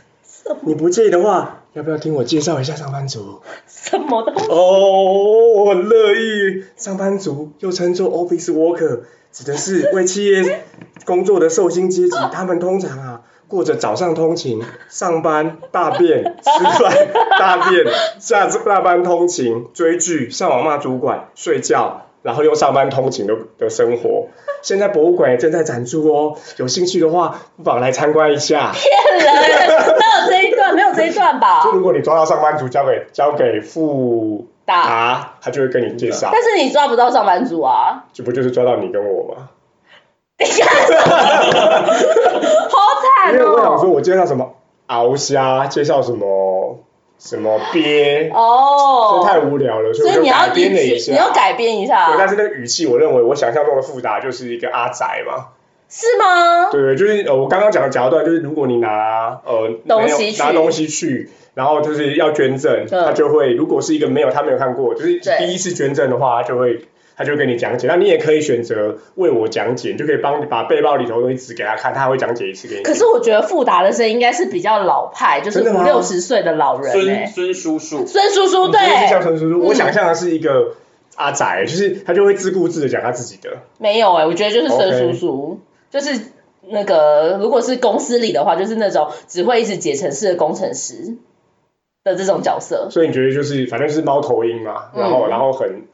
你不介意的话，要不要听我介绍一下上班族？
什么都
哦，我很乐意。上班族又称作 office worker，指的是为企业工作的受薪阶级。他们通常啊，过着早上通勤、上班、大便、吃饭、大便、下下班通勤、追剧、上网骂主管、睡觉，然后又上班通勤的的生活。现在博物馆也正在展出哦，有兴趣的话，不妨来参观一下。
骗人， *laughs* 哪有这一段？没有这一段吧？
就如果你抓到上班族，交给交给富
打，
达，他就会跟你介绍。
但是你抓不到上班族啊！ *laughs*
这不就是抓到你跟我吗？
你
因为
看，好惨
我想
哦！
说，我介绍什么鳌虾，介绍什么什么鳖，这、太
哦，
无聊了，所
所
以
以
我
你
就
要
改编了
你
一
去
下。
你要改编一下
对，，但是那个语气，我认为我想象中的复杂就是一个阿宅嘛，
是吗？
对对，就是呃，我刚刚讲的讲一段，就是如果你拿呃
东
没有
西去
拿东西去，然后就是要捐赠，
嗯
他就会如果是一个没有他没有看过，就是
对
第一次捐赠的话，他就会他就会跟你讲解，那你也可以选择为我讲解，你就可以帮你把背包里头的东西指给他看，他会讲解一次给你听。
可是我觉得富达的声音应该是比较老派，就是
真的
五
吗
六十岁的老人
孙
哎、
孙叔叔，
孙叔叔对，
就是像陈叔叔，
嗯
我想象的是一个阿宅，就是他就会自顾自的讲他自己的，
没有哎、我觉得就是孙
OK
叔叔就是那个，如果是公司里的话，就是那种只会一直解程式的工程师的这种角色。
所以你觉得就是反正就是猫头鹰嘛，然后、
嗯
然后很又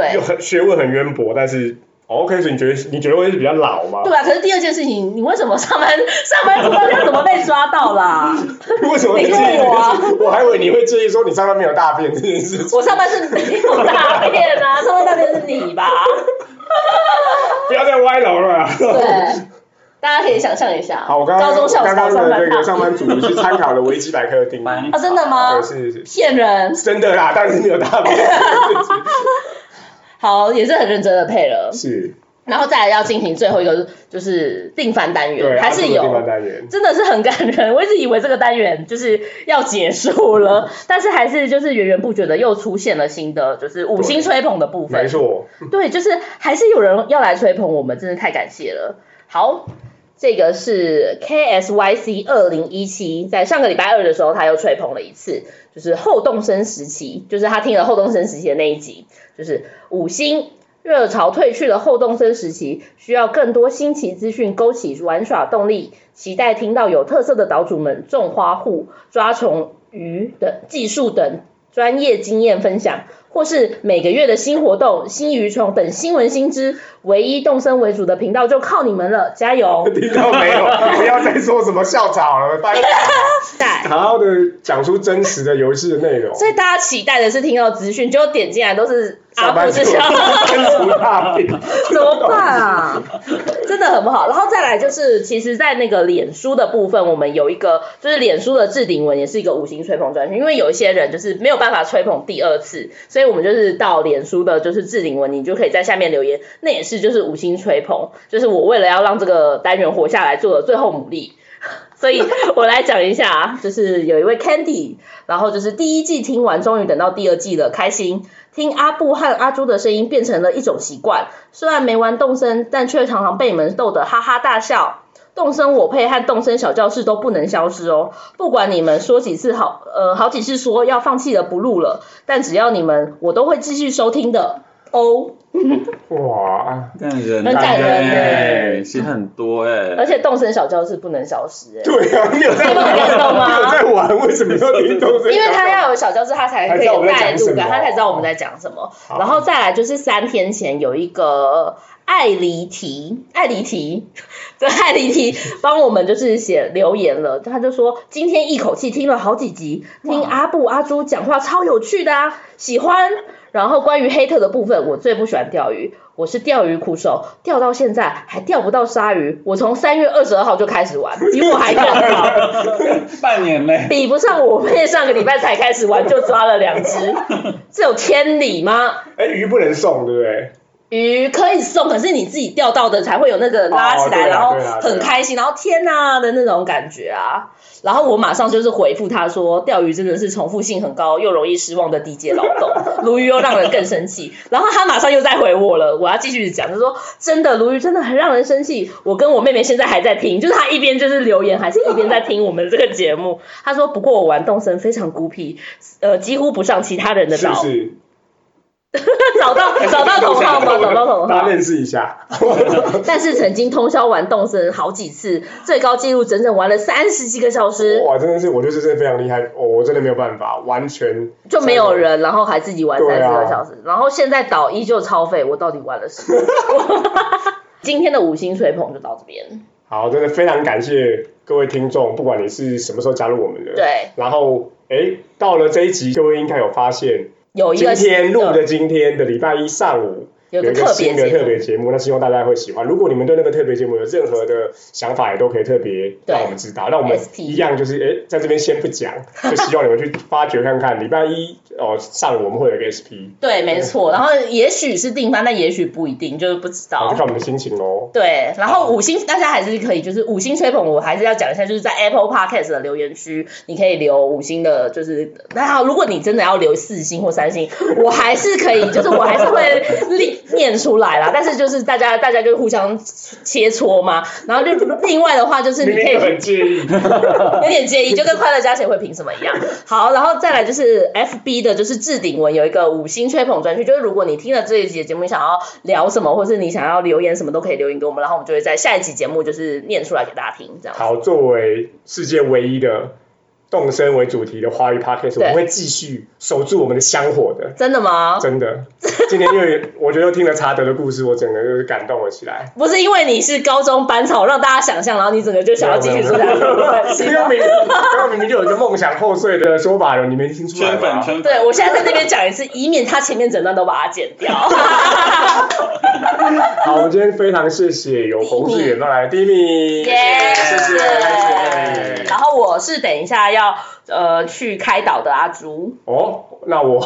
对，
很学问很渊博，但是、哦 OK，所以你觉得你觉得会是比较老吗？ *laughs*
对啊。可是第二件事情，你为什么上班上班族到底要怎么被抓到啦？
为什么
你
介意
问我啊
这件事我还以为你会介意说你上班没有大便这件事情，
我上班是没有大便啊，上班大便是你吧？
不要再歪楼了啊。
对，大家可以想象一下，
好，我刚
高
刚
中校
刚
草
刚
上
的
班
这个上
大
班族是参考了维基百科的定义，
啊，真的吗
对，？是是
骗人，
真的啦，但是没有大
*laughs*
便
好，也是很认真的配了。
是，
然后再来要进行最后一个就是定番单
对，啊
元，还是有
地方单元。
真的是很感人。我一直以为这个单元就是要结束了，但是还是就是源源不绝的又出现了新的就是五星吹捧的部
没
分。
错，
对，就是还是有人要来吹捧我们，真的太感谢了。好。这个是 KSYC 二零一七，在上个礼拜二的时候，他又吹捧了一次，就是后动身时期，就是他听了后动身时期的那一集，就是五星热潮退去的后动身时期，需要更多新奇资讯勾起玩耍动力，期待听到有特色的岛主们种花卉、抓虫、鱼等技术等专业经验分享，或是每个月的新活动、新鱼虫等新闻新知，唯一动身为主的频道就靠你们了，加油！
听到没有？不要再说什么校草了，大家好好的讲出真实的游戏的内容。
所以大家期待的是听到资讯，结果点进来都是阿
上班
布
族
是想。
*laughs* 跟除大便，
怎么办啊？ *laughs* 真的很不好。然后再来就是，其实，在那个脸书的部分，我们有一个就是脸书的置顶文，也是一个五星吹捧专区。因为有一些人就是没有办法吹捧第二次，所以我们就是到脸书的就是置顶文，你就可以在下面留言，那也是就是五星吹捧，就是我为了要让这个单元活下来做的最后努力。所以我来讲一下啊，就是有一位 Candy，然后就是第一季听完，终于等到第二季了，开心。听阿布和阿朱的声音变成了一种习惯，虽然没玩动森，但却常常被你们逗得哈哈大笑。动森我配和动森小教室都不能消失哦，不管你们说几次好，呃，好几次说要放弃了不录了，但只要你们，我都会继续收听的哦。
哇！
感人，
很感人
哎
耶
其实很多哎，
*laughs* 而且动森小教室不能消失、欸，
对啊，你有在
你们感动吗
你有在玩，为什么要听懂这个？
因为他要有小教室，他才可以有代入感，他才知道我们在讲什么。
好
然后再来就是三天前有一个艾离提，艾离提，对，艾离提帮我们就是写留言了，他就说今天一口气听了好几集，听阿布阿朱讲话超有趣的啊，喜欢。然后关于黑特的部分，我最不喜欢钓鱼，我是钓鱼苦手，钓到现在还钓不到鲨鱼。我从三月二十二号就开始玩，比我还更早。
半年嘞，
比不上我妹上个礼拜才开始玩就抓了两只，这有天理吗？
哎，鱼不能送，对不对？
鱼可以送，可是你自己钓到的才会有那个拉起来，
哦对啊
然后
对啊对啊
很开心，然后天呐的那种感觉啊。然后我马上就是回复他说，钓鱼真的是重复性很高又容易失望的低阶劳动，鲈鱼又让人更生气。然后他马上又再回我了，我要继续讲，他说真的鲈鱼真的很让人生气。我跟我妹妹现在还在听，就是他一边就是留言，还是一边在听我们这个节目。他说不过我玩动森非常孤僻，呃，几乎不上其他人的
是
岛
不，是？
找到找到同好吗？找到同
大
好
*laughs* 家。认识一下。
但是曾经通宵玩动森好几次，最高纪录整整玩了三十几个小时，
哇，真的是，我就是真的非常厉害，哦我真的没有办法，完全
就没有人，然后还自己玩
对
三
啊
十个小时，然后现在岛依旧超废，我到底玩了
*laughs*
什么？今天的五星吹捧就到这边，
好，真的非常感谢各位听众，不管你是什么时候加入我们的，。
对，
然后，哎，到了这一集，各位应该有发现，
哦有一
今
个
天
新
录的今天的礼拜一上午
有
有
个
一个
特
新
别
的
节
特别
目，
节目，那希望大家会喜欢。如果你们对那个特别节目有任何的想法，也都可以特别
对
让我们知道。那我们
SP
一样就是，哎，在这边先不讲，就希望你们去发掘看看。礼拜一哦上午我们会有一个 SP，
对，没错。然后也许是定番，但也许不一定，就是不知
好，就看
道。
我们的心情喽。
对，然
哦好
后五星大家还是可以，就是五星吹捧，我还是要讲一下，就是在 Apple Podcast 的留言区，你可以留五星的，就是那好，如果你真的要留四星或三星，我还是可以，就是我还是会念念出来啦。但是就是大家大家就互相切磋嘛，然后另另外的话就是 *laughs* 你
明明就
可以
很介意，
*laughs* 有点介意，就跟快乐家协会评什么一样。好，然后再来就是 FB 的，就是置顶文有一个五星吹捧专区，就是如果你听了这一集的节目，你想要聊什么，或是你想要留言什么，都可以留言给我们，然后我们就会在下一集节目就是念出来给大家听，这样。
好，作为世界唯一的动身为主题的华语 podcast，我
对
们会继续守住我们的香火的。
*laughs* 真的吗？
真的，今天因为我觉得听了查德的故事，我整个就是感动了起
*laughs*
来。
不是因为你是高中班草让大家想象，然后你整个就想要继续做下去
*laughs*
的关系
刚啊刚
吗。
明明刚刚明明就有一个梦想破碎的说法了，你没听出来
圈粉
吗？
圈粉，
*laughs* 对，我现在在那边讲一次，以免他前面整段都把它剪 *laughs* 掉。
好，我们今天非常谢谢有红志远到来第一名，
耶，
谢谢，
谢
谢
谢
谢
然。后我是等一下要呃去开导的阿朱。
哦，那我， *laughs*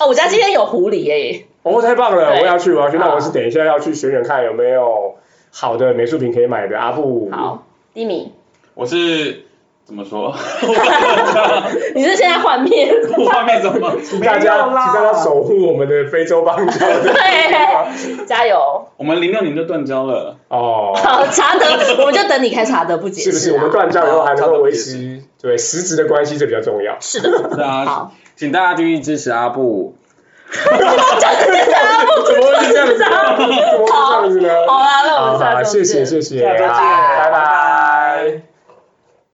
哦，我家今天有狐狸耶，
哦，太棒了，
对
我要去，我要去。那
好
我是等一下要去选选看有没有好的美术品可以买的阿布。
好，第一名，
我是怎么说？ *laughs*
你是现在幻灭？
我画面怎么？
请大家，请大家守护我们的非洲邦交的
对，加油！
我们零六年就断交了，
*laughs*
哦，
好，查德，我们就等你开查德不解
是不是？
释
我们
啊。
断交以后还能
差不
够
多
维
也是
持对实质的关系，这比较重要。
是的，
对啊
好，
请大家继续支持阿布。
怎么
哦
*laughs* 会是这样子呢？怎么会是这样子呢？
好啦，那我
好
们下
好，
周
谢谢
见。
谢谢，
下周见
拜拜。